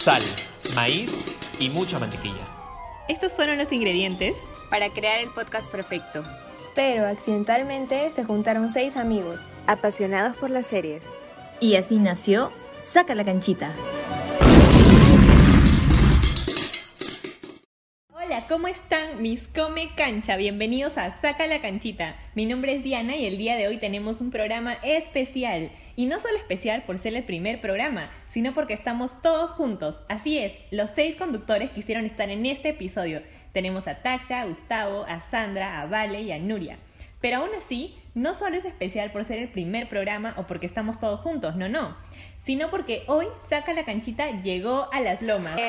sal, maíz y mucha mantequilla. Estos fueron los ingredientes para crear el podcast perfecto. Pero accidentalmente se juntaron seis amigos apasionados por las series. Y así nació Saca la canchita. Hola, ¿cómo están mis Come Cancha? Bienvenidos a Saca la Canchita. Mi nombre es Diana y el día de hoy tenemos un programa especial. Y no solo especial por ser el primer programa, sino porque estamos todos juntos. Así es, los seis conductores quisieron estar en este episodio. Tenemos a Tasha, a Gustavo, a Sandra, a Vale y a Nuria. Pero aún así, no solo es especial por ser el primer programa o porque estamos todos juntos, no, no, sino porque hoy Saca la Canchita llegó a las lomas.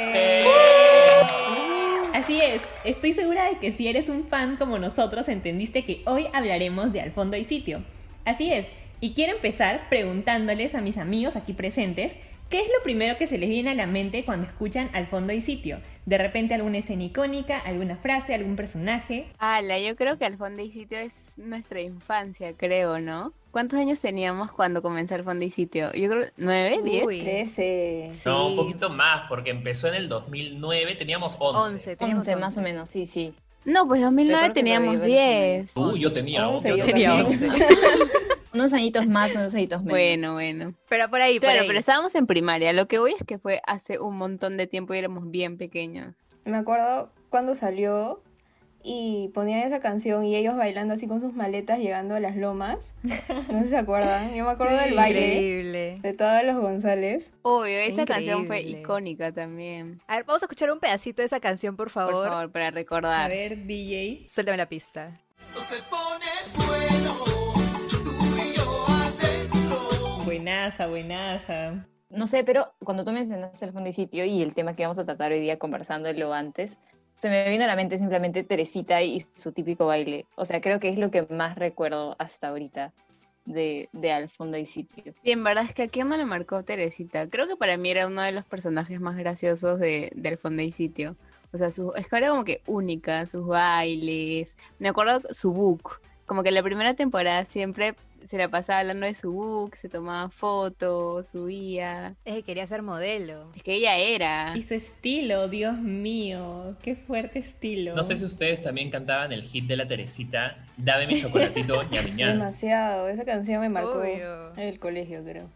Así es, estoy segura de que si eres un fan como nosotros entendiste que hoy hablaremos de Al fondo y sitio. Así es, y quiero empezar preguntándoles a mis amigos aquí presentes ¿Qué es lo primero que se les viene a la mente cuando escuchan al fondo y sitio? De repente alguna escena icónica, alguna frase, algún personaje. Ala, yo creo que al fondo y sitio es nuestra infancia, creo, ¿no? ¿Cuántos años teníamos cuando comenzó el fondo y sitio? Yo creo, ¿nueve, diez? Uy, 13. No, un poquito más, porque empezó en el 2009, teníamos 11. 11, tenemos 11 más o menos, sí, sí. No, pues 2009 Yo creo que teníamos lo viví en 10. Uh, yo tenía 11. Once, yo yo tenía también. once. Unos añitos más, unos añitos menos. Bueno, bueno. Pero por ahí, por Claro, ahí. pero estábamos en primaria. Lo que voy es que fue hace un montón de tiempo y éramos bien pequeños. Me acuerdo cuando salió y ponían esa canción y ellos bailando así con sus maletas llegando a las lomas. No sé si se acuerdan. Yo me acuerdo del baile Increíble. de todos los González. Obvio, esa canción fue Increíble. icónica también. A ver, vamos a escuchar un pedacito de esa canción, Por por favor. favor, para Ah. A recordar. ver, DJ. Suéltame la pista. se pone bueno, tú y yo adentro. Buenaza, buenaza. No sé, pero cuando tú mencionaste el fondo y sitio y el tema que vamos a tratar hoy día conversándolo antes, se me vino a la mente simplemente Teresita y su típico baile. O sea, creo que es lo que más recuerdo hasta ahorita de, de Al fondo y sitio. Y en verdad es que a quién me lo marcó Teresita. Creo que para mí era uno de los personajes más graciosos de, del fondo y sitio. O sea, su, es que era como que única, sus bailes. Me acuerdo su book. Como que la primera temporada siempre se la pasaba hablando de su book, se tomaba fotos, subía. Es que quería ser modelo. Es que ella era. Y su estilo, Dios mío. Qué fuerte estilo. No sé si ustedes también cantaban el hit de la Teresita, Dame mi chocolatito, ñam, ñam. Demasiado. Esa canción me marcó Obvio. en el colegio, creo.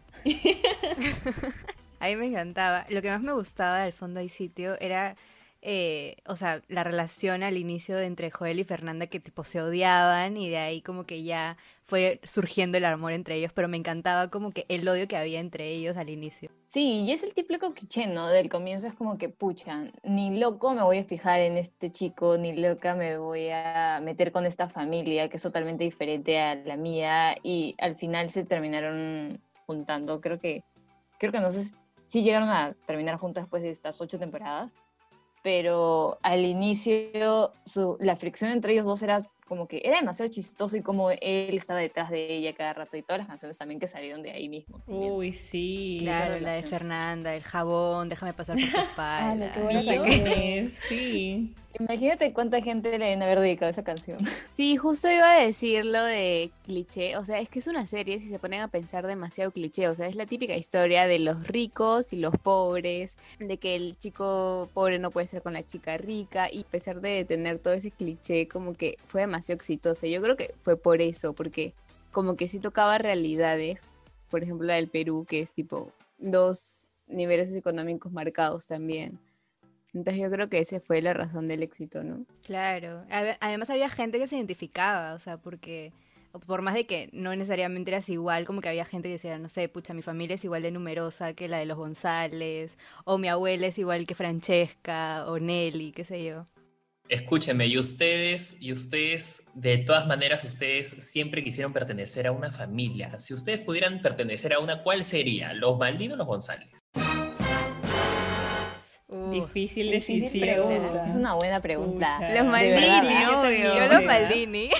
A mí me encantaba. Lo que más me gustaba del fondo hay sitio era, eh, o sea, la relación al inicio de entre Joel y Fernanda que tipo se odiaban y de ahí como que ya fue surgiendo el amor entre ellos, pero me encantaba como que el odio que había entre ellos al inicio. Sí, y es el típico cliché, ¿no? Del comienzo es como que, pucha, ni loco me voy a fijar en este chico, ni loca me voy a meter con esta familia que es totalmente diferente a la mía, y al final se terminaron juntando, creo que, creo que no sé si- si llegaron a terminar juntos después de estas ocho temporadas, pero al inicio su, la fricción entre ellos dos era como que era demasiado chistoso y como él estaba detrás de ella cada rato y todas las canciones también que salieron de ahí mismo. también. Uy, sí. Claro, la de relación. Fernanda, el jabón, déjame pasar por tu Ah, espalda. qué buena no sé canción. qué. Millones, sí. Imagínate cuánta gente le deben haber dedicado esa canción. Sí, justo iba a decir lo de cliché. O sea, es que es una serie, si se ponen a pensar, demasiado cliché. O sea, es la típica historia de los ricos y los pobres, de que el chico pobre no puede ser con la chica rica. Y a pesar de tener todo ese cliché, como que fue demasiado exitosa. Yo creo que fue por eso, porque como que sí tocaba realidades. Por ejemplo, la del Perú, que es tipo dos niveles económicos marcados también. Entonces yo creo que esa fue la razón del éxito, ¿no? Claro, Ade- además había gente que se identificaba, o sea, porque por más de que no necesariamente eras igual, como que había gente que decía, no sé, pucha, mi familia es igual de numerosa que la de los González, o mi abuela es igual que Francesca, o Nelly, qué sé yo. Escúchenme, y ustedes, y ustedes, de todas maneras, ustedes siempre quisieron pertenecer a una familia. Si ustedes pudieran pertenecer a una, ¿cuál sería? ¿Los Maldinos o los González? Uh, Difícil difícil decisión. pregunta. Es una buena pregunta. Ah. Pucha. Los De Maldini, verdad, yo obvio. también. yo ¿verdad? los Maldini.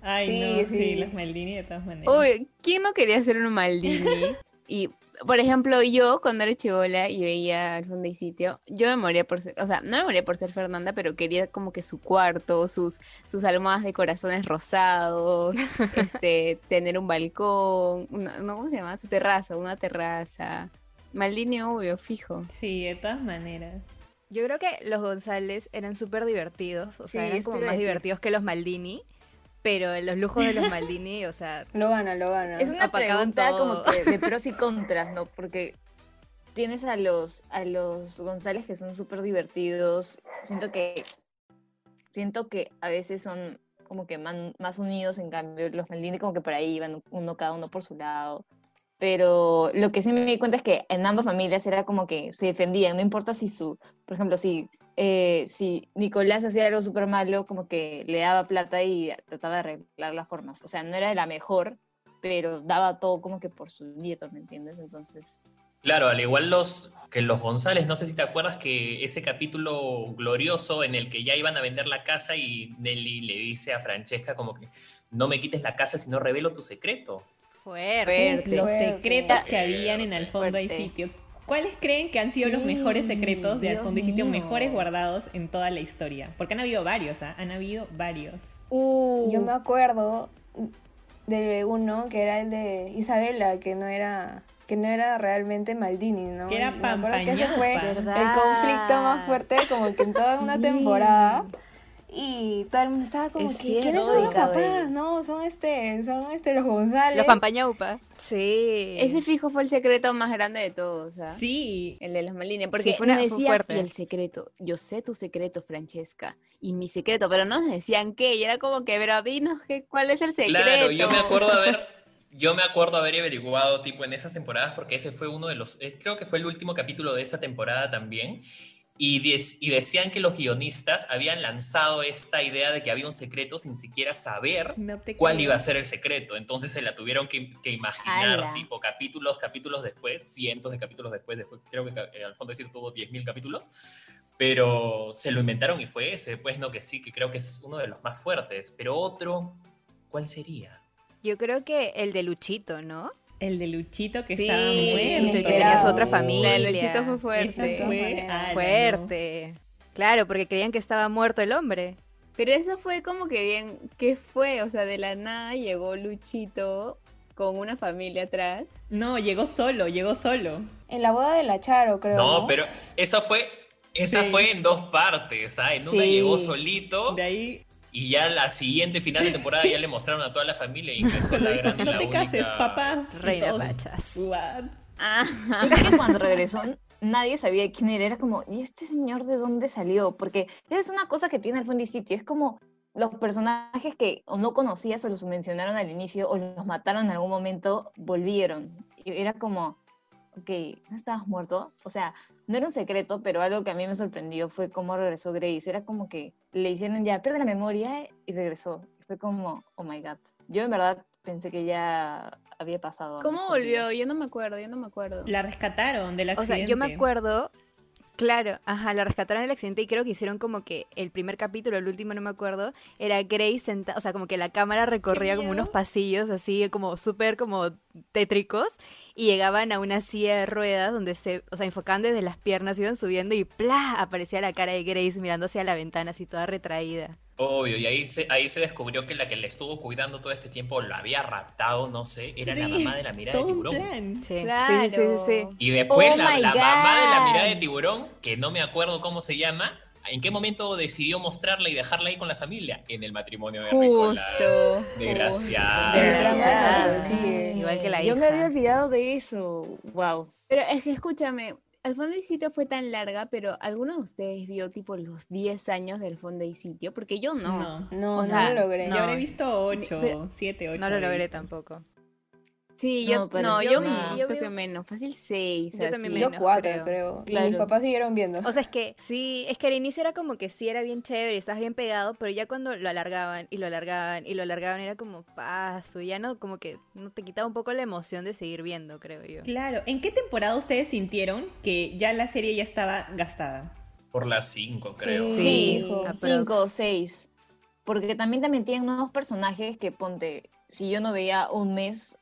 Ay, Sí, no, sí. sí. los Maldini de todas maneras. Uy, ¿quién no quería ser un Maldini? Y, por ejemplo, yo cuando era chivola y veía al fondo y sitio, yo me moría por ser, o sea, no me moría por ser Fernanda, pero quería como que su cuarto, sus, sus almohadas de corazones rosados, este, tener un balcón, una- no, ¿cómo se llama? Su terraza, una terraza. Maldini, obvio, fijo. Sí, de todas maneras. Yo creo que los González eran súper divertidos, o sea, Sí, eran eso como te iba a más decir. divertidos que los Maldini, pero los lujos de los Maldini, o sea, Lo gana, lo gana. Es una Apacaban pregunta todo. como que de pros y contras, ¿no? Porque tienes a los, a los González que son súper divertidos. Siento que, siento que a veces son como que man- más unidos, en cambio, los Maldini como que por ahí iban uno cada uno por su lado. Pero lo que sí me di cuenta es que en ambas familias era como que se defendían, no importa si su, por ejemplo, si, eh, si Nicolás hacía algo súper malo, como que le daba plata y trataba de arreglar las formas. O sea, no era de la mejor, pero daba todo como que por sus nietos, ¿me entiendes? Entonces, Claro, al igual los que los González, no sé si te acuerdas que ese capítulo glorioso en el que ya iban a vender la casa y Nelly le dice a Francesca como que no me quites la casa si no revelo tu secreto. fuerte. Uf, Fuerte. los Fuerte. secretos que habían en Al fondo hay Fuerte. sitio. ¿Cuáles creen que han sido los Sí, mejores secretos de Al Dios fondo hay sitio, mío. mejores guardados en toda la historia? Porque han habido varios, ¿ah? Han habido varios. Uh. Yo me acuerdo de uno que era el de Isabela, que no era que no era realmente Maldini, ¿no? Que era Y me acuerdo que ese Pampañapa. fue ¿Verdad? el conflicto más fuerte como que en toda una temporada. Y todo el mundo estaba como Es que cierto, ¿quiénes son los Cabello. papás? No, son este, son este los González. Los Pampañaupa. Sí. Ese fijo fue el secreto más grande de todos, ¿ah? Sí. El de los Maldini, porque fue una- nos fue decían, fuerte. y el secreto, yo sé tu secreto, Francesca, y mi secreto, pero no nos decían qué, y era como que, pero dinos qué, cuál es el secreto. Claro, yo me acuerdo haber, yo me acuerdo haber averiguado tipo en esas temporadas porque ese fue uno de los, eh, creo que fue el último capítulo de esa temporada también. Y, des- y decían que los guionistas habían lanzado esta idea de que había un secreto sin siquiera saber No te cuál creo. iba a ser el secreto. Entonces se la tuvieron que, que imaginar, ¡Hala! tipo, capítulos, capítulos después, cientos de capítulos después, después creo que ca- eh, al fondo decir tuvo 10.000 capítulos, pero se lo inventaron y fue ese, pues no, que sí, que creo que es uno de los más fuertes. Pero otro, ¿cuál sería? Yo creo que el de Luchito, ¿no? El de Luchito que Sí, estaba Luchito, muerto. Luchito, el que Era- tenía su otra Uy. familia. La de Luchito fue Esa fuerte. Exacto. fue- ah, Fuerte. Claro, porque creían que estaba muerto el hombre. Pero eso fue como que bien, ¿qué fue? O sea, de la nada llegó Luchito con una familia atrás. No, No, llegó solo, llegó solo. En la boda de la Charo, creo. No, pero esa fue, esa Sí. fue en dos partes, ¿ah? En una Sí. llegó solito De ahí, y ya la siguiente final de temporada ya le mostraron a toda la familia y ingresó cuando la dijo, gran y no la te única. cases, papá. Y Reina todos, Pachas. "What?". Ah, es que cuando regresó nadie sabía quién era, era como, ¿y este señor de dónde salió? Porque esa es una cosa que tiene el Fondi City, es como los personajes que o no conocías o los mencionaron al inicio o los mataron en algún momento, volvieron. Y era como, ok, ¿no estabas muerto? O sea, no era un secreto, pero algo que a mí me sorprendió fue cómo regresó Grace. Era como que le hicieron ya, pierde la memoria y regresó. Y fue como, oh my god. Yo en verdad pensé que ya había pasado. a ¿cómo mejor vida. volvió? Yo no me acuerdo, yo no me acuerdo. La rescataron del O accidente. sea, yo me acuerdo, claro, ajá, la rescataron del accidente y creo que hicieron como que el primer capítulo, el último no me acuerdo, era Grace sentada, o sea, como que la cámara recorría como miedo. unos pasillos así, como súper como tétricos y llegaban a una silla de ruedas donde se, o sea, enfocaban desde las piernas, iban subiendo y ¡plá! aparecía la cara de Grace mirando hacia la ventana así toda retraída. Obvio, y ahí se, ahí se descubrió que la que le estuvo cuidando todo este tiempo lo había raptado, no sé, era la Sí, mamá de la mirada de Todo un tiburón. plan. Sí, sí, Claro. sí, sí. Y después Oh la, my la mamá de la mirada de God. tiburón, que no me acuerdo cómo se llama, ¿en qué momento decidió mostrarla y dejarla ahí con la familia? En el matrimonio de Nicolás. Justo. Desgraciada. justo. Desgraciada. Sí. Igual que la Yo me había hija. olvidado de eso. Wow. Pero es que escúchame, Al fondo y sitio fue tan larga, pero ¿alguno de ustedes vio tipo los 10 años del fondo y sitio? Porque yo no. No. No, O no sea, lo logré. no. Yo habré visto Pero- 8, 7, 8. No lo logré tampoco. Sí, No, yo pero no, yo yo, vi- menos, yo creo vi- que menos, fácil 6. Yo también Yo menos, cuatro, creo. creo. Y Claro. mis papás siguieron viendo. O sea, es que sí, es que al inicio era como que sí era bien chévere, estás bien pegado, pero ya cuando lo alargaban y lo alargaban y lo alargaban era como paso, ya no, como que no te quitaba un poco la emoción de seguir viendo, creo yo. Claro. ¿En qué temporada ustedes sintieron que ya la serie ya estaba gastada? Por las 5, creo. Sí. Sí, hijo. cinco Aprox. o seis. Porque también también tienen nuevos personajes que ponte, si yo no veía un mes,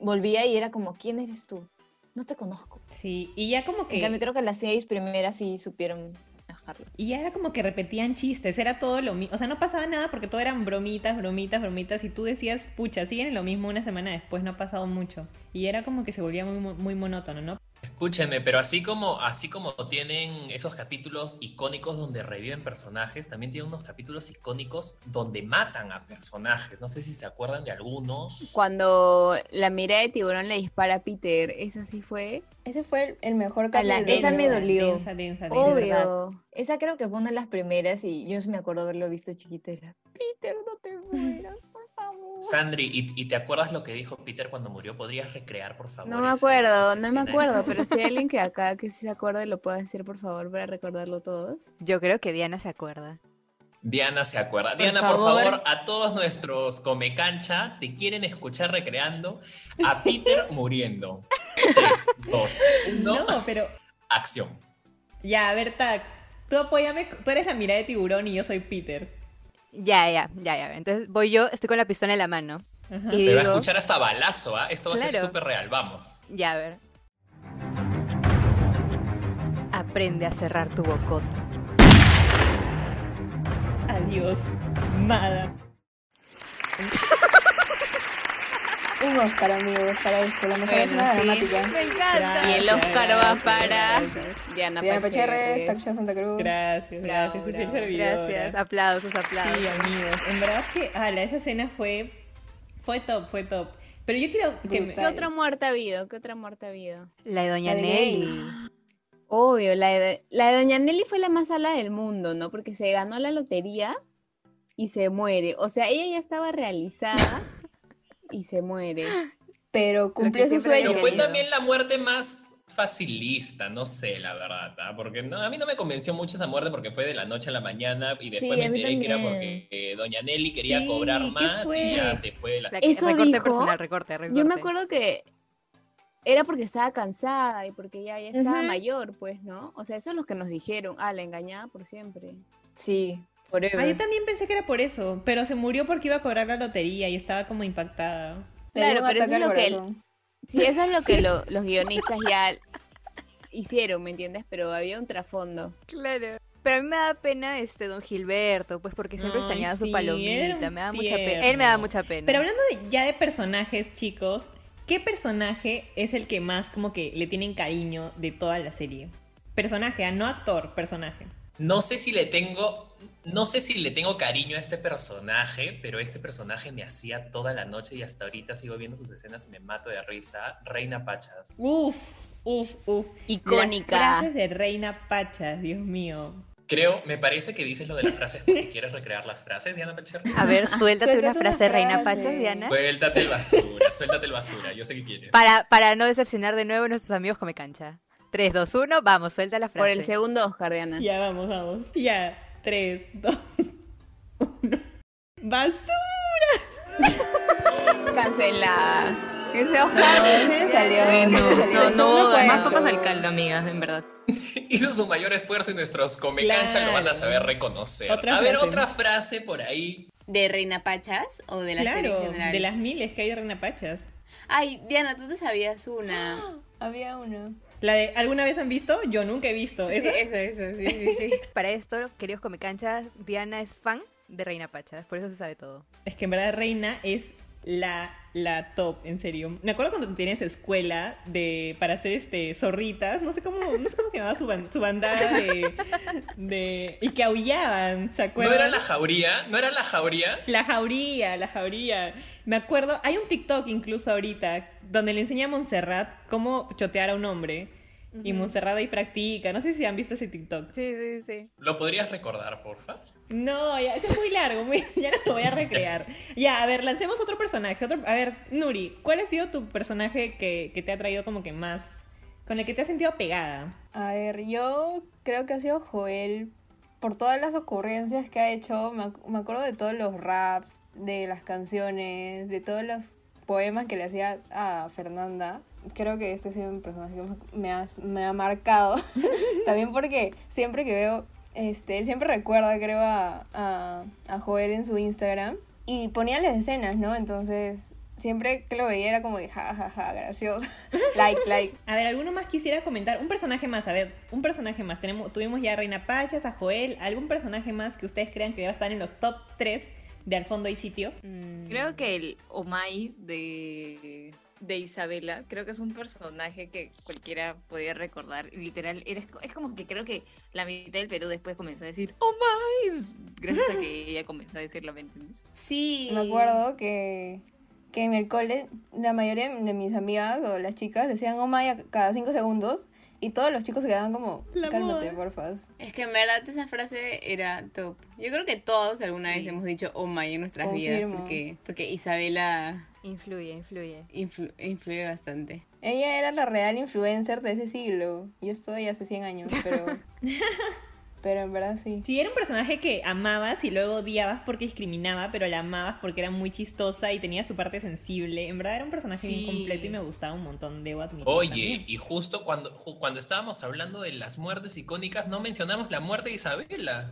volvía y era como, ¿quién eres tú? No te conozco. Sí. Y ya como En cambio, que. creo que las seis primeras sí supieron bajarlo. Y ya era como que repetían chistes. Era todo lo mismo. O sea, no pasaba nada porque todo eran bromitas, bromitas, bromitas. Y tú decías, pucha, siguen en lo mismo una semana después, no ha pasado mucho. Y era como que se volvía muy, muy monótono, ¿no? Escúchenme, pero así como, así como tienen esos capítulos icónicos donde reviven personajes, también tienen unos capítulos icónicos donde matan a personajes. No sé si se acuerdan de algunos. Cuando la mira de tiburón le dispara a Peter, esa sí fue. Ese fue el, el mejor A la- capítulo. esa me ¿verdad? dolió. Densa, densa, densa. verdad. Obvio. Esa creo que fue una de las primeras y yo sí me acuerdo haberlo visto chiquita. Era, Peter, no te mueras, por favor. Sandri, ¿y, y te acuerdas lo que dijo Peter cuando murió? ¿Podrías recrear, por favor? No me esa- acuerdo, esa no me escena? acuerdo, pero si hay alguien que acá que sí se acuerde lo puede decir por favor para recordarlo todos. Yo creo que Diana se acuerda. Diana se acuerda. Por Diana, por favor. favor. a todos nuestros come cancha, te quieren escuchar recreando a Peter muriendo. 3, 2, 1, No, pero acción. ya, a ver, Tac, tú apóyame, tú eres la mirada de tiburón y yo soy Peter. Ya, ya, ya, ya. Entonces voy yo, estoy con la pistola en la mano. Ajá. Y Se va a digo, escuchar hasta balazo, ¿ah? Esto va a ser Claro. súper real, vamos. ya a ver. Aprende a cerrar tu bocota. Adiós, Mada. Un Oscar, amigos, para esto. La mejor Bueno, es una sí. dramática. Me encanta. Y el Oscar va para- Gracias, Diana, Diana Pacherres, Pacheco. Taksha Santa Cruz. gracias, gracias, Bravo, es el bravo. servidor. Gracias, aplausos, aplausos. Sí, amigos. En verdad que, ala, esa escena fue, fue top, fue top. Pero yo quiero que me- ¿Qué otra muerte ha habido? ¿Qué otra muerte ha habido? La de Doña La de Nelly. Obvio, la de, la de Doña Nelly fue la más ala del mundo, ¿no? Porque se ganó la lotería y se muere. O sea, ella ya estaba realizada y se muere. Pero cumplió su siempre sueño. Pero Qué fue lindo. también la muerte más facilista, no sé, la verdad, ¿ah? porque no, a mí no me convenció mucho esa muerte porque fue de la noche a la mañana y después Sí, me a mí enteré que era también. porque eh, doña Nelly quería Sí, cobrar ¿qué más fue? y ya se fue de la... La- Eso recorte dijo. personal, recorte, recorte. Yo me acuerdo que era porque estaba cansada y porque ella ya estaba Ujú. mayor, pues, ¿no? O sea, eso es lo que nos dijeron. Ah, la engañada por siempre. Sí, forever. Ah, yo también pensé que era por eso, pero se murió porque iba a cobrar la lotería y estaba como impactada. Le dio Claro, un pero eso ataque es al lo que él- corazón. Sí, eso es lo que lo- los guionistas ya hicieron, ¿me entiendes? Pero había un trasfondo. Claro. Pero a mí me da pena este don Gilberto, pues porque siempre Ay, extrañaba su sí, era palomita, un me da mucha pena. Él tierno. me da mucha pena. Pero hablando de- ya de personajes, chicos, ¿qué personaje es el que más como que le tienen cariño de toda la serie? Personaje, ah, no actor, personaje. No sé si le tengo, no sé si le tengo cariño a este personaje, pero este personaje me hacía toda la noche y hasta ahorita sigo viendo sus escenas y me mato de risa. Reina Pachas. Uf, uf, uf. Las Icónica. frases de Reina Pachas, Dios mío. Creo, me parece que dices lo de las frases porque quieres recrear las frases, Diana Pacherri. A ver, ¿eh? suéltate, Suéltate una una frase, Reina frase. Pachas, Diana. Suéltate el basura, suéltate el basura, yo sé que quieres. Para, para no decepcionar de nuevo a nuestros amigos Come Cancha. 3, 2, 1, vamos, suelta la frase. Por el segundo Oscar, Diana. Ya, vamos, vamos. Ya, tres, dos, uno. Basura. Cancelada. Ese Ah, No, Oscar. ese salió. Bueno, ese salió. no, Ese no, fue además esto. papas al caldo, amigas, en verdad. Hizo su mayor esfuerzo y nuestros come cancha lo van a Claro. saber reconocer. Otra a ver, frase. otra frase por ahí. ¿De Reina Pachas o de la serie en Claro, general? de las miles que hay de Reina Pachas. Ay, Diana, tú te sabías una. Había uno. La de, ¿alguna vez han visto? Yo nunca he visto. Sí, ¿Esa? eso, eso, sí, sí, sí. Para esto, queridos Come Canchas, Diana es fan de Reina Pachas, por eso se sabe todo. Es que en verdad Reina es la, la top, en serio. Me acuerdo cuando tenía su escuela de, para hacer este, zorritas, no sé cómo, no sé cómo se llamaba su, ban- su bandada de, de- Y que aullaban, ¿se acuerdan? ¿No era la jauría? ¿No era la jauría? La jauría, la jauría. Me acuerdo, hay un TikTok incluso ahorita donde le enseña a Montserrat cómo chotear a un hombre. Y Montserrat ahí practica. No sé si han visto ese TikTok. Sí, sí, sí. ¿Lo podrías recordar, porfa? No, ya es muy largo, muy- ya no lo voy a recrear. Ya, a ver, lancemos otro personaje. Otro, a ver, Nuri, ¿cuál ha sido tu personaje que, que te ha traído como que más? Con el que te has sentido apegada. A ver, yo creo que ha sido Joel por todas las ocurrencias que ha hecho. Me, ac- me acuerdo de todos los raps, de las canciones, de todos los poemas que le hacía a Fernanda. Creo que este ha sido un personaje que me- me ha, me ha marcado. También porque siempre que veo, este, él siempre recuerda, creo, a, a, a Joel en su Instagram. Y ponía las escenas, ¿no? Entonces, siempre que lo veía era como que, ja, ja, ja, gracioso. like, like. A ver, ¿alguno más quisiera comentar? Un personaje más, a ver, un personaje más. Tenemos, tuvimos ya a Reina Pachas, a Joel, algún personaje más que ustedes crean que deba estar en los top 3 de Al fondo y sitio. Mm. Creo que el Omai de de Isabela, creo que es un personaje que cualquiera podía recordar. y Literal, eres, co- es como que creo que la mitad del Perú después comenzó a decir, oh my, gracias a que ella comenzó a decirlo, ¿me entiendes? Sí. Me acuerdo que, que en el cole la mayoría de mis amigas o las chicas decían oh my a cada cinco segundos y todos los chicos se quedaban como La cálmate moda. porfas. Es que en verdad esa frase era top. Yo creo que todos alguna Sí. vez hemos dicho oh my en nuestras Confirmo. vidas porque, porque Isabela Influye, influye. influ- influye bastante. Ella era la real influencer de ese siglo. Yo estoy hace 100 años, pero pero en verdad sí. Sí, era un personaje que amabas y luego odiabas porque discriminaba, pero la amabas porque era muy chistosa y tenía su parte sensible. En verdad era un personaje Sí. bien completo y me gustaba un montón, debo admitir. Oye, también. y justo cuando, ju- cuando estábamos hablando de las muertes icónicas, no mencionamos la muerte de Isabela.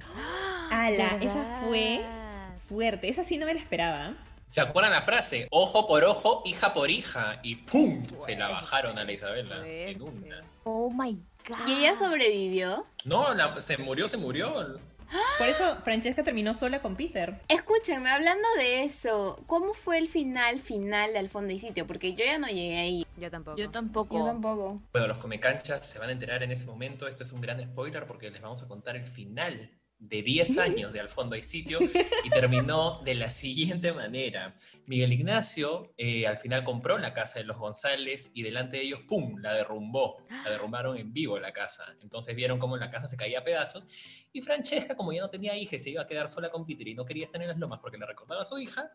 ala, esa fue ¿Verdad? fuerte. Esa sí no me la esperaba. ¿Se acuerdan la frase? Ojo por ojo, hija por hija. Y ¡pum! se la bajaron a la Isabela. Fuerte. En una. Oh my god. ¿Y Ah. ella sobrevivió? No, la- se murió, se murió. Por eso Francesca terminó sola con Peter. Escúchenme, hablando de eso, ¿cómo fue el final final de Al fondo y sitio? Porque yo ya no llegué ahí. Yo tampoco. Yo tampoco. Yo tampoco. Bueno, los comecanchas se van a enterar en ese momento. Esto es un gran spoiler porque les vamos a contar el final de 10 años de Al fondo hay sitio y terminó de la siguiente manera. Miguel Ignacio eh, al final compró la casa de los González y delante de ellos, ¡pum!, la derrumbó. La derrumbaron en vivo la casa. Entonces vieron cómo la casa se caía a pedazos y Francesca, como ya no tenía hija y se iba a quedar sola con Peter y no quería estar en las lomas porque le recordaba a su hija,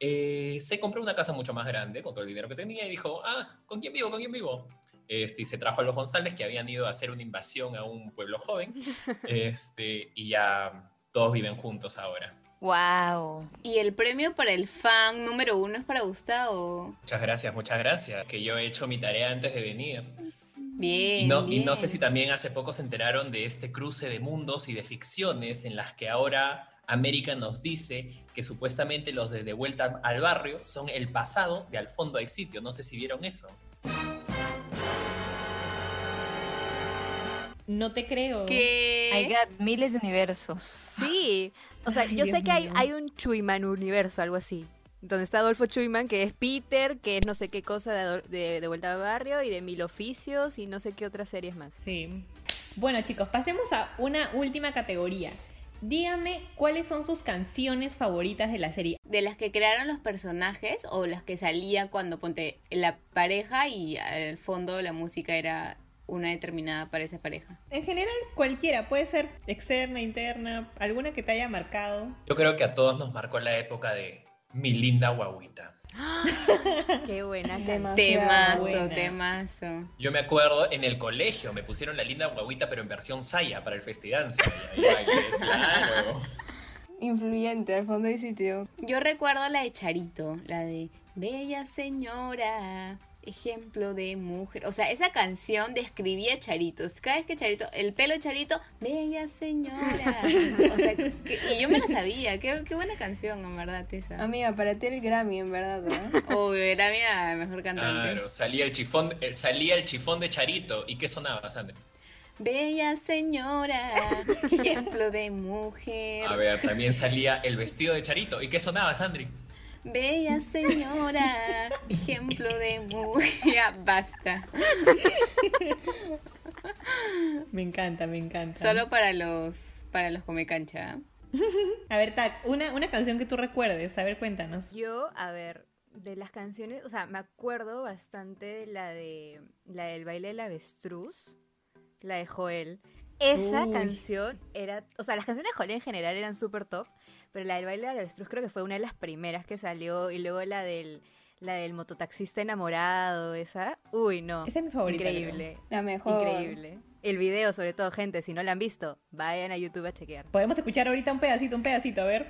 eh, se compró una casa mucho más grande con todo el dinero que tenía y dijo, ah, ¿con quién vivo? ¿Con quién vivo? Eh, sí, se trajo a los González que habían ido a hacer una invasión a un pueblo joven este, y ya todos viven juntos ahora. Wow. ¿Y el premio para el fan número uno es para Gustavo? Muchas gracias, muchas gracias, que yo he hecho mi tarea antes de venir. Bien. Y no, y no bien. sé si también hace poco se enteraron de este cruce de mundos y de ficciones en las que ahora América nos dice que supuestamente los de De Vuelta al Barrio son el pasado de Al Fondo hay Sitio. No sé si vieron eso. No te creo. ¿Qué? I got miles de universos. Sí. O sea, yo Dios sé que hay, mío. hay un Chuyman universo, algo así. Donde está Adolfo Chuyman, que es Peter, que es no sé qué cosa de, Adol- de, de Vuelta al Barrio y de Mil Oficios y no sé qué otras series más. Sí. Bueno, chicos, pasemos a una última categoría. Díganme cuáles son sus canciones favoritas de la serie. de las que crearon los personajes o las que salía cuando ponte la pareja y al fondo la música era una determinada para esa pareja. En general, cualquiera, puede ser externa, interna, alguna que te haya marcado. Yo creo que a todos nos marcó la época de mi linda guaguita. Qué buena Ah, Demasiado. Temazo, buena. temazo. Yo me acuerdo en el colegio, me pusieron la linda guaguita, pero en versión saya para el festival. Claro. Influyente al fondo del sitio. Yo recuerdo la de Charito, la de Bella Señora, ejemplo de mujer. O sea, esa canción describía a Charito. Cada vez que Charito, el pelo de Charito, Bella Señora. O sea, que- y yo me la sabía. Qué, qué buena canción, en verdad, esa. Amiga, para ti el Grammy, en verdad, ¿no? Obvio, era mi ah, mejor cantante. Claro, salía el chifón, eh, salía el chifón de Charito. ¿Y qué sonaba, Sandra? Bella señora, ejemplo de mujer. A ver, también salía el vestido de Charito. ¿Y qué sonaba, Sandrix? Bella señora, ejemplo de mujer. Ya, basta. Me encanta, me encanta. Solo para los para los come cancha. ¿eh? A ver, Tac, una, una canción que tú recuerdes. A ver, cuéntanos. Yo, a ver, de las canciones, o sea, me acuerdo bastante de la de la del baile del avestruz, la de Joel. Esa Uy. canción era, o sea, las canciones de Joel en general eran súper top, pero la del baile del avestruz creo que fue una de las primeras que salió y luego la del la del mototaxista enamorado, esa. Uy, no. Esa es mi favorita. creo. Increíble. La mejor. Increíble. El video, sobre todo, gente, si no lo han visto, vayan a YouTube a chequear. Podemos escuchar ahorita un pedacito, un pedacito, a ver.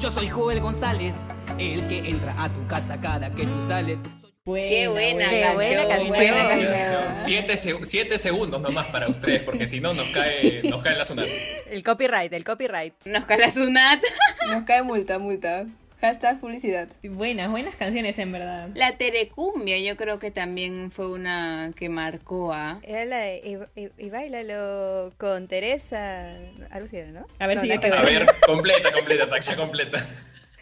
Yo soy Joel González, el que entra a tu casa cada que tú sales. Buena, Qué buena, Qué canción. buena canción. buena Buena canción. canción. Siete, seg- siete segundos nomás para ustedes, porque si no nos cae, nos cae la zona. El copyright, el copyright. Nos calas un at. Nos cae multa, multa. Hashtag publicidad. Buenas, buenas canciones, en verdad. La terecumbia yo creo que también fue una que marcó a... Era la de y, y- y bailalo con Teresa. Algo así era, ¿no? A ver, No, sigue nada que tú. A ver. ver, completa, completa, taxa completa.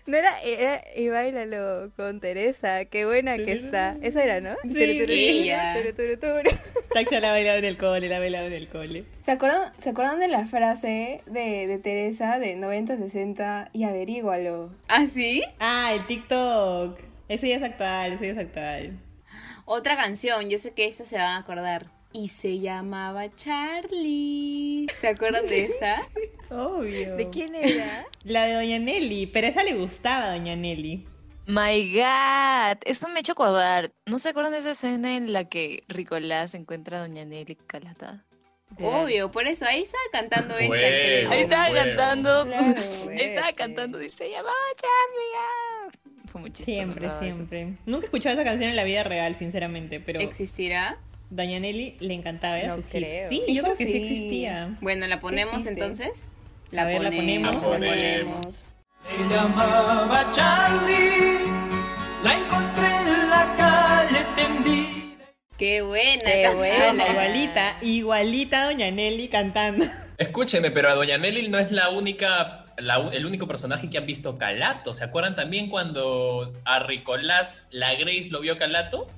No era, era y bailalo con Teresa, qué buena que está. Esa era, ¿no? Sí, Turu, turu, ella. turu, turu, turu. Taxa la ha bailado en el cole, la ha bailado en el cole. ¿Se acuerdan, ¿se acuerdan de la frase de, de Teresa de 90-60 y averígualo? ¿Ah, sí? Ah, el TikTok. Ese ya es actual, ese ya es actual. Otra canción, yo sé que esta se van a acordar. Y se llamaba Charlie. ¿Se acuerdan de esa? Obvio. ¿De quién era? La de Doña Nelly, pero esa le gustaba a Doña Nelly. My God, esto me ha hecho acordar. ¿No se acuerdan de esa escena en la que Ricolás encuentra a Doña Nelly Calata? Obvio, por eso ahí estaba cantando esa, Bueno. creo. Ahí estaba Bueno. cantando. Claro, ahí estaba fuerte. cantando. Dice, llamaba Charlie. ah". Fue muy chistoso. Siempre, ¿verdad? Eso. siempre. Nunca he escuchado esa canción en la vida real, sinceramente, pero ¿Existirá? Doña Nelly le encantaba, era No su hit. creo. Sí, yo Fijo, creo que sí sí. existía. Bueno, ¿la ponemos existe. entonces? A ver, la La ponemos. ponemos. Me llamaba Charlie, la encontré en la calle tendida. ¡Qué buena! Qué canción! buena. igualita, igualita a Doña Nelly cantando. Escúcheme, pero a Doña Nelly no es la única, la u- el único personaje que han visto Calato. ¿Se acuerdan también cuando a Ricolás la Grace lo vio Calato?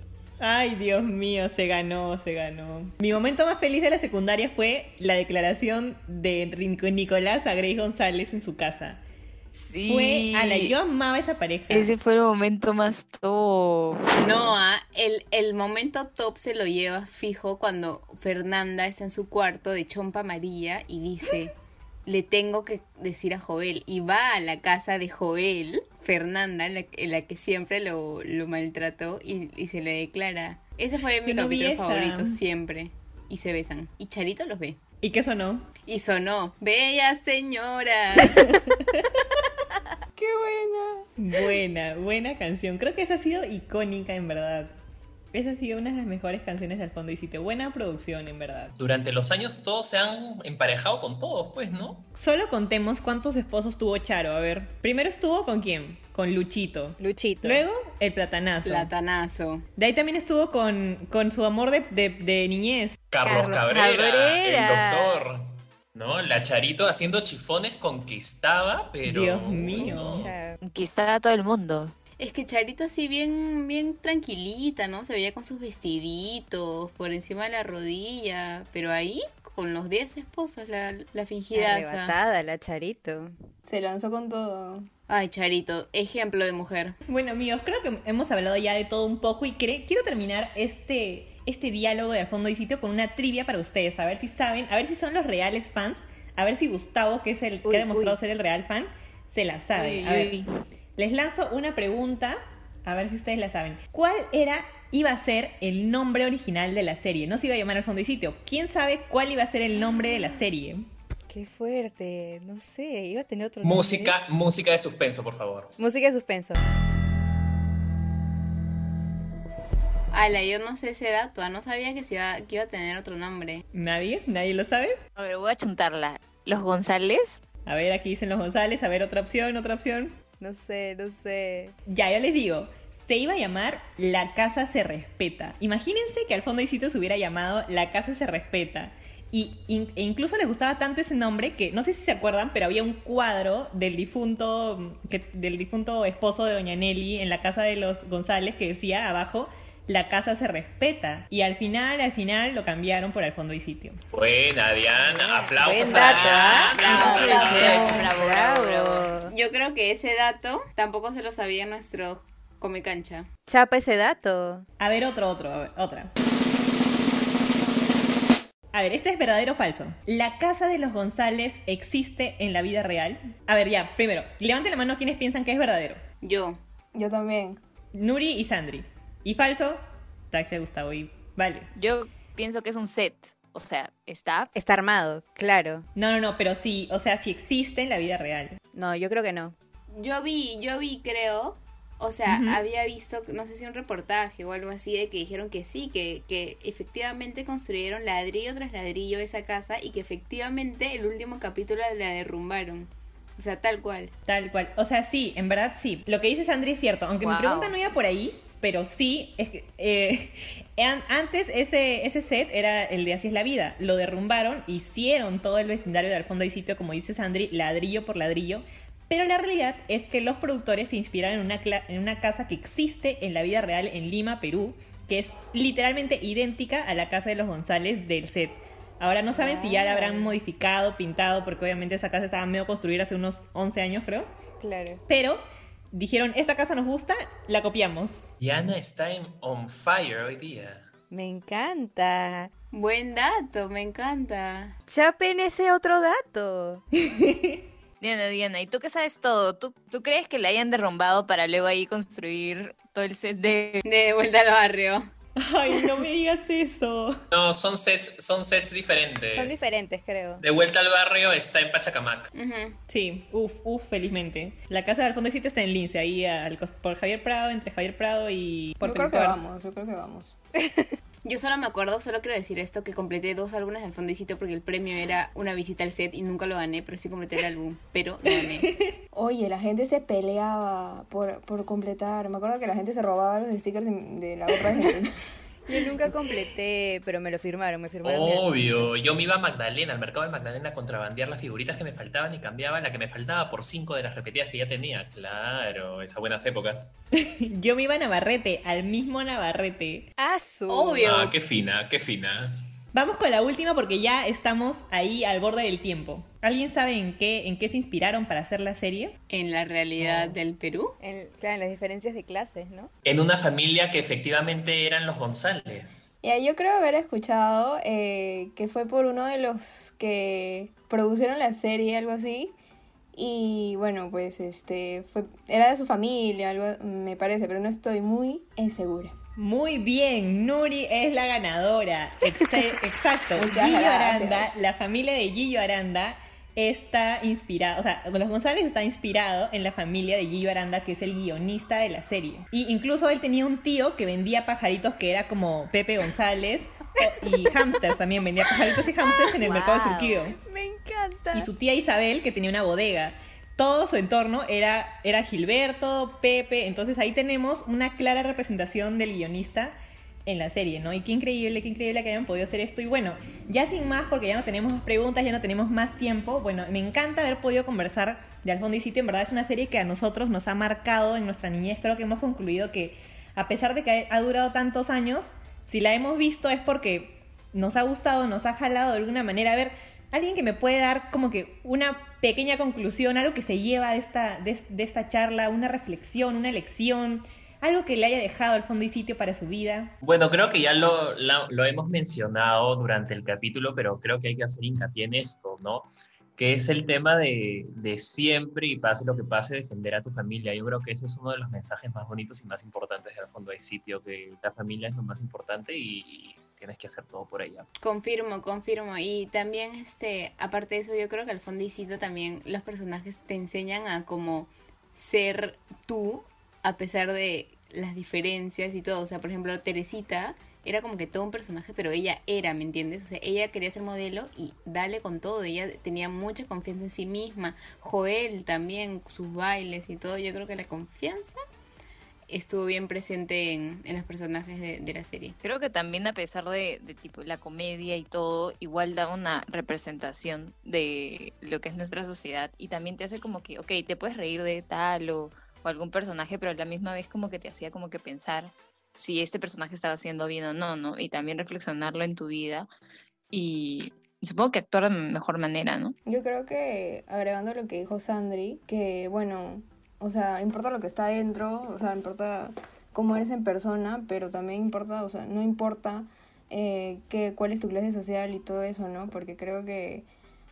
Ay, Dios mío, se ganó, se ganó. Mi momento más feliz de la secundaria fue la declaración de Rinco- Nicolás a Grace González en su casa. Sí. Fue, ala, yo amaba esa pareja. Ese fue el momento más top. No, ah, el, el momento top se lo lleva fijo cuando Fernanda está en su cuarto de chompa amarilla y dice, le tengo que decir a Joel. Y va a la casa de Joel, Fernanda, la, la que siempre lo, lo maltrató, y, y se le declara. Ese fue mi Yo no vi capítulo esa. favorito siempre. Y se besan. Y Charito los ve. ¿Y qué sonó? Y sonó, bella señora. ¡Qué buena! Buena, buena canción. Creo que esa ha sido icónica, en verdad. Esa ha sido una de las mejores canciones del fondo y sitio. Buena producción, en verdad. Durante los años todos se han emparejado con todos, pues, ¿no? Solo contemos cuántos esposos tuvo Charo. A ver, primero estuvo con quién? Con Luchito. Luchito. Luego, el platanazo. Platanazo. De ahí también estuvo con, con su amor de, de- de niñez. Carlos Carlos Cabrera, Cabrera. el doctor, ¿no? La Charito haciendo chifones conquistaba, pero... Dios mío. ¿no? Chao. Quizá todo el mundo. Es que Charito así bien, bien tranquilita, ¿no? Se veía con sus vestiditos, por encima de la rodilla, pero ahí con los 10 esposos, la, la fingidaza. Arrebatada la Charito. Se lanzó con todo. Ay, Charito, ejemplo de mujer. Bueno, amigos, creo que hemos hablado ya de todo un poco y cre- quiero terminar este, este diálogo de Al fondo y sitio con una trivia para ustedes. A ver si saben, a ver si son los reales fans. A ver si Gustavo, que es el que Uy, ha demostrado uy. ser el real fan, se la sabe. Uy, a ver, uy. les lanzo una pregunta, a ver si ustedes la saben. ¿Cuál era, iba a ser el nombre original de la serie? No se iba a llamar Al fondo y sitio. ¿Quién sabe cuál iba a ser el nombre de la serie? Qué fuerte. No sé, iba a tener otro nombre. Música, música de suspenso, por favor. Música de suspenso. Ala, yo no sé ese dato, ah, no sabía que, se iba, que iba a tener otro nombre. ¿Nadie? ¿Nadie lo sabe? A ver, voy a chuntarla. Los González. A ver, aquí dicen los González, a ver otra opción, otra opción. No sé, no sé. Ya, yo les digo, se iba a llamar La Casa se respeta. Imagínense que al fondo de sitio se hubiera llamado La Casa se respeta. Y in- e incluso les gustaba tanto ese nombre que no sé si se acuerdan, pero había un cuadro del difunto, mm, que- del difunto esposo de Doña Nelly en la casa de los González que decía abajo la casa se respeta. Y al final, al final lo cambiaron por al fondo y sitio. Buena, Diana. Aplausos Buen para dato, Diana. ¿ah? Aplausos para Bravo. Diana. bravo, bravo. Bravo. Yo creo que ese dato tampoco se lo sabía nuestro come cancha. Chapa ese dato. A ver, otro, otro, a ver, otra. A ver, este es verdadero o falso. ¿La casa de los González existe en la vida real? A ver, ya, primero, levante la mano quienes piensan que es verdadero. Yo, Yo también. Nuri y Sandri. ¿Y falso? Taxia, Gustavo y... Vale. Yo pienso que es un set. O sea, está. Está armado, claro. No, no, no, pero sí, o sea, sí existe en la vida real. No, yo creo que no. Yo vi, yo vi, creo. O sea, Ujú. había visto, no sé si un reportaje o algo así, de que dijeron que sí, que, que efectivamente construyeron ladrillo tras ladrillo esa casa y que efectivamente el último capítulo la derrumbaron. O sea, tal cual. Tal cual. O sea, sí, en verdad sí. Lo que dice Sandri es cierto, aunque mi Wow. pregunta no iba por ahí, pero sí, es que eh, an- antes ese, ese set era el de Así es la vida. Lo derrumbaron, hicieron todo el vecindario de al fondo y sitio, como dice Sandri, ladrillo por ladrillo, Pero la realidad es que los productores se inspiraron en una, cla- en una casa que existe en la vida real en Lima, Perú, que es literalmente idéntica a la casa de los González del set. Ahora no saben si ya la habrán modificado, pintado, porque obviamente esa casa estaba medio construida hace unos 11 años, creo. Claro. Pero dijeron, esta casa nos gusta, la copiamos. Diana está en on fire hoy día. Me encanta. Buen dato, me encanta. Chapen ese otro dato. Diana, Diana, ¿y tú que sabes todo? ¿Tú, ¿Tú crees que la hayan derrumbado para luego ahí construir todo el set de... De vuelta al barrio. Ay, no me digas eso. No, son sets, son sets diferentes. Son diferentes, creo. De vuelta al barrio está en Pachacamac. Ujú. Sí, uff, uff, felizmente. La casa del fondo de sitio está en Lince, ahí al cos- por Javier Prado, entre Javier Prado y por Yo creo que Pelícano. vamos, yo creo que vamos. Yo solo me acuerdo, solo quiero decir esto, que completé dos álbumes del fondecito porque el premio era una visita al set y nunca lo gané, pero sí completé el álbum, pero lo gané. Oye, la gente se peleaba por, por completar. Me acuerdo que la gente se robaba los stickers de, de la otra gente. Yo nunca completé, pero me lo firmaron, me firmaron. mi- Obvio, yo me iba a Magdalena, al mercado de Magdalena, a contrabandear las figuritas que me faltaban y cambiaba la que me faltaba por cinco de las repetidas que ya tenía. Claro, esas buenas épocas. Yo me iba a Navarrete, al mismo Navarrete. Ah, su. Obvio. Ah, qué fina, qué fina. Vamos con la última porque ya estamos ahí al borde del tiempo. ¿Alguien sabe en qué, en qué se inspiraron para hacer la serie? En la realidad del Perú. En- claro, en las diferencias de clases, ¿no? En una familia que efectivamente eran los González. Ya, yo creo haber escuchado eh, que fue por uno de los que produjeron la serie, algo así. Y bueno, pues este fue, era de su familia, algo me parece, pero no estoy muy eh, segura. Muy bien, Nuri es la ganadora. Exe- Exacto. Muchas Gillo gracias. Aranda, la familia de Gillo Aranda está inspirada, o sea, los González está inspirado en la familia de Gillo Aranda, que es el guionista de la serie. Y incluso él tenía un tío que vendía pajaritos que era como Pepe González o- y hamsters también, vendía pajaritos y hamsters en el mercado de Wow. Surquío Me encanta. y su tía Isabel, que tenía una bodega. Todo su entorno era, era Gilberto, Pepe, entonces ahí tenemos una clara representación del guionista en la serie, ¿no? Y qué increíble, qué increíble que hayan podido hacer esto. Y bueno, ya sin más, porque ya no tenemos más preguntas, ya no tenemos más tiempo, bueno, me encanta haber podido conversar de Al fondo y Sitio, en verdad es una serie que a nosotros nos ha marcado en nuestra niñez, creo que hemos concluido que a pesar de que ha durado tantos años, si la hemos visto es porque nos ha gustado, nos ha jalado de alguna manera. A ver, alguien que me puede dar como que una pequeña conclusión, algo que se lleva de esta, de, de esta charla, una reflexión, una lección, algo que le haya dejado al fondo y sitio para su vida. Bueno, creo que ya lo, la- lo hemos mencionado durante el capítulo, pero creo que hay que hacer hincapié en esto, ¿no? Que es el tema de, de siempre y pase lo que pase, defender a tu familia. Yo creo que ese es uno de los mensajes más bonitos y más importantes del fondo del sitio, que la familia es lo más importante y, y tienes que hacer todo por ella. Confirmo, confirmo. Y también, este, aparte de eso, yo creo que al fondecito también los personajes te enseñan a como ser tú a pesar de las diferencias y todo. O sea, por ejemplo, Teresita era como que todo un personaje, pero ella era, ¿me entiendes? O sea, ella quería ser modelo y dale con todo. Ella tenía mucha confianza en sí misma. Joel también, sus bailes y todo. Yo creo que la confianza estuvo bien presente en, en los personajes de- de la serie. Creo que también a pesar de, de tipo la comedia y todo, igual da una representación de lo que es nuestra sociedad y también te hace como que, ok, te puedes reír de tal o, o algún personaje, pero a la misma vez como que te hacía como que pensar si este personaje estaba haciendo bien o no, ¿no? Y también reflexionarlo en tu vida y, y supongo que actuar de mejor manera, ¿no? Yo creo que agregando lo que dijo Sandri, que bueno, o sea, importa lo que está adentro, o sea, importa cómo eres en persona, pero también importa, o sea, no importa eh, qué- cuál es tu clase social y todo eso, ¿no? Porque creo que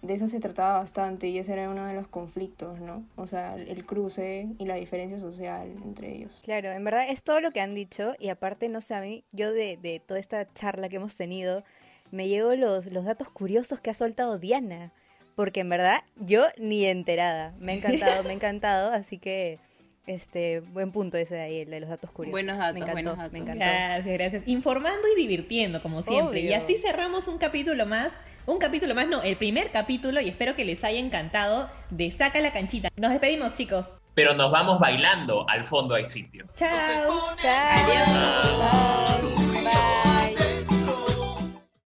de eso se trataba bastante y ese era uno de los conflictos, ¿no? O sea, el cruce y la diferencia social entre ellos. Claro, en verdad es todo lo que han dicho y aparte, no sé, a mí, yo de, de toda esta charla que hemos tenido, me llevo los, los datos curiosos que ha soltado Diana, porque en verdad yo ni enterada, me ha encantado, me ha encantado, así que este buen punto ese de ahí, el de los datos curiosos. Buenos me datos, encantó, buenos me datos. encantó. Gracias, gracias. Informando y divirtiendo, como siempre. Obvio. Y así cerramos un capítulo más. Un capítulo más, no, el primer capítulo y espero que les haya encantado de Saca la canchita. Nos despedimos, chicos. Pero nos vamos bailando, al fondo hay sitio. Chao. Chao. Ah. Bye.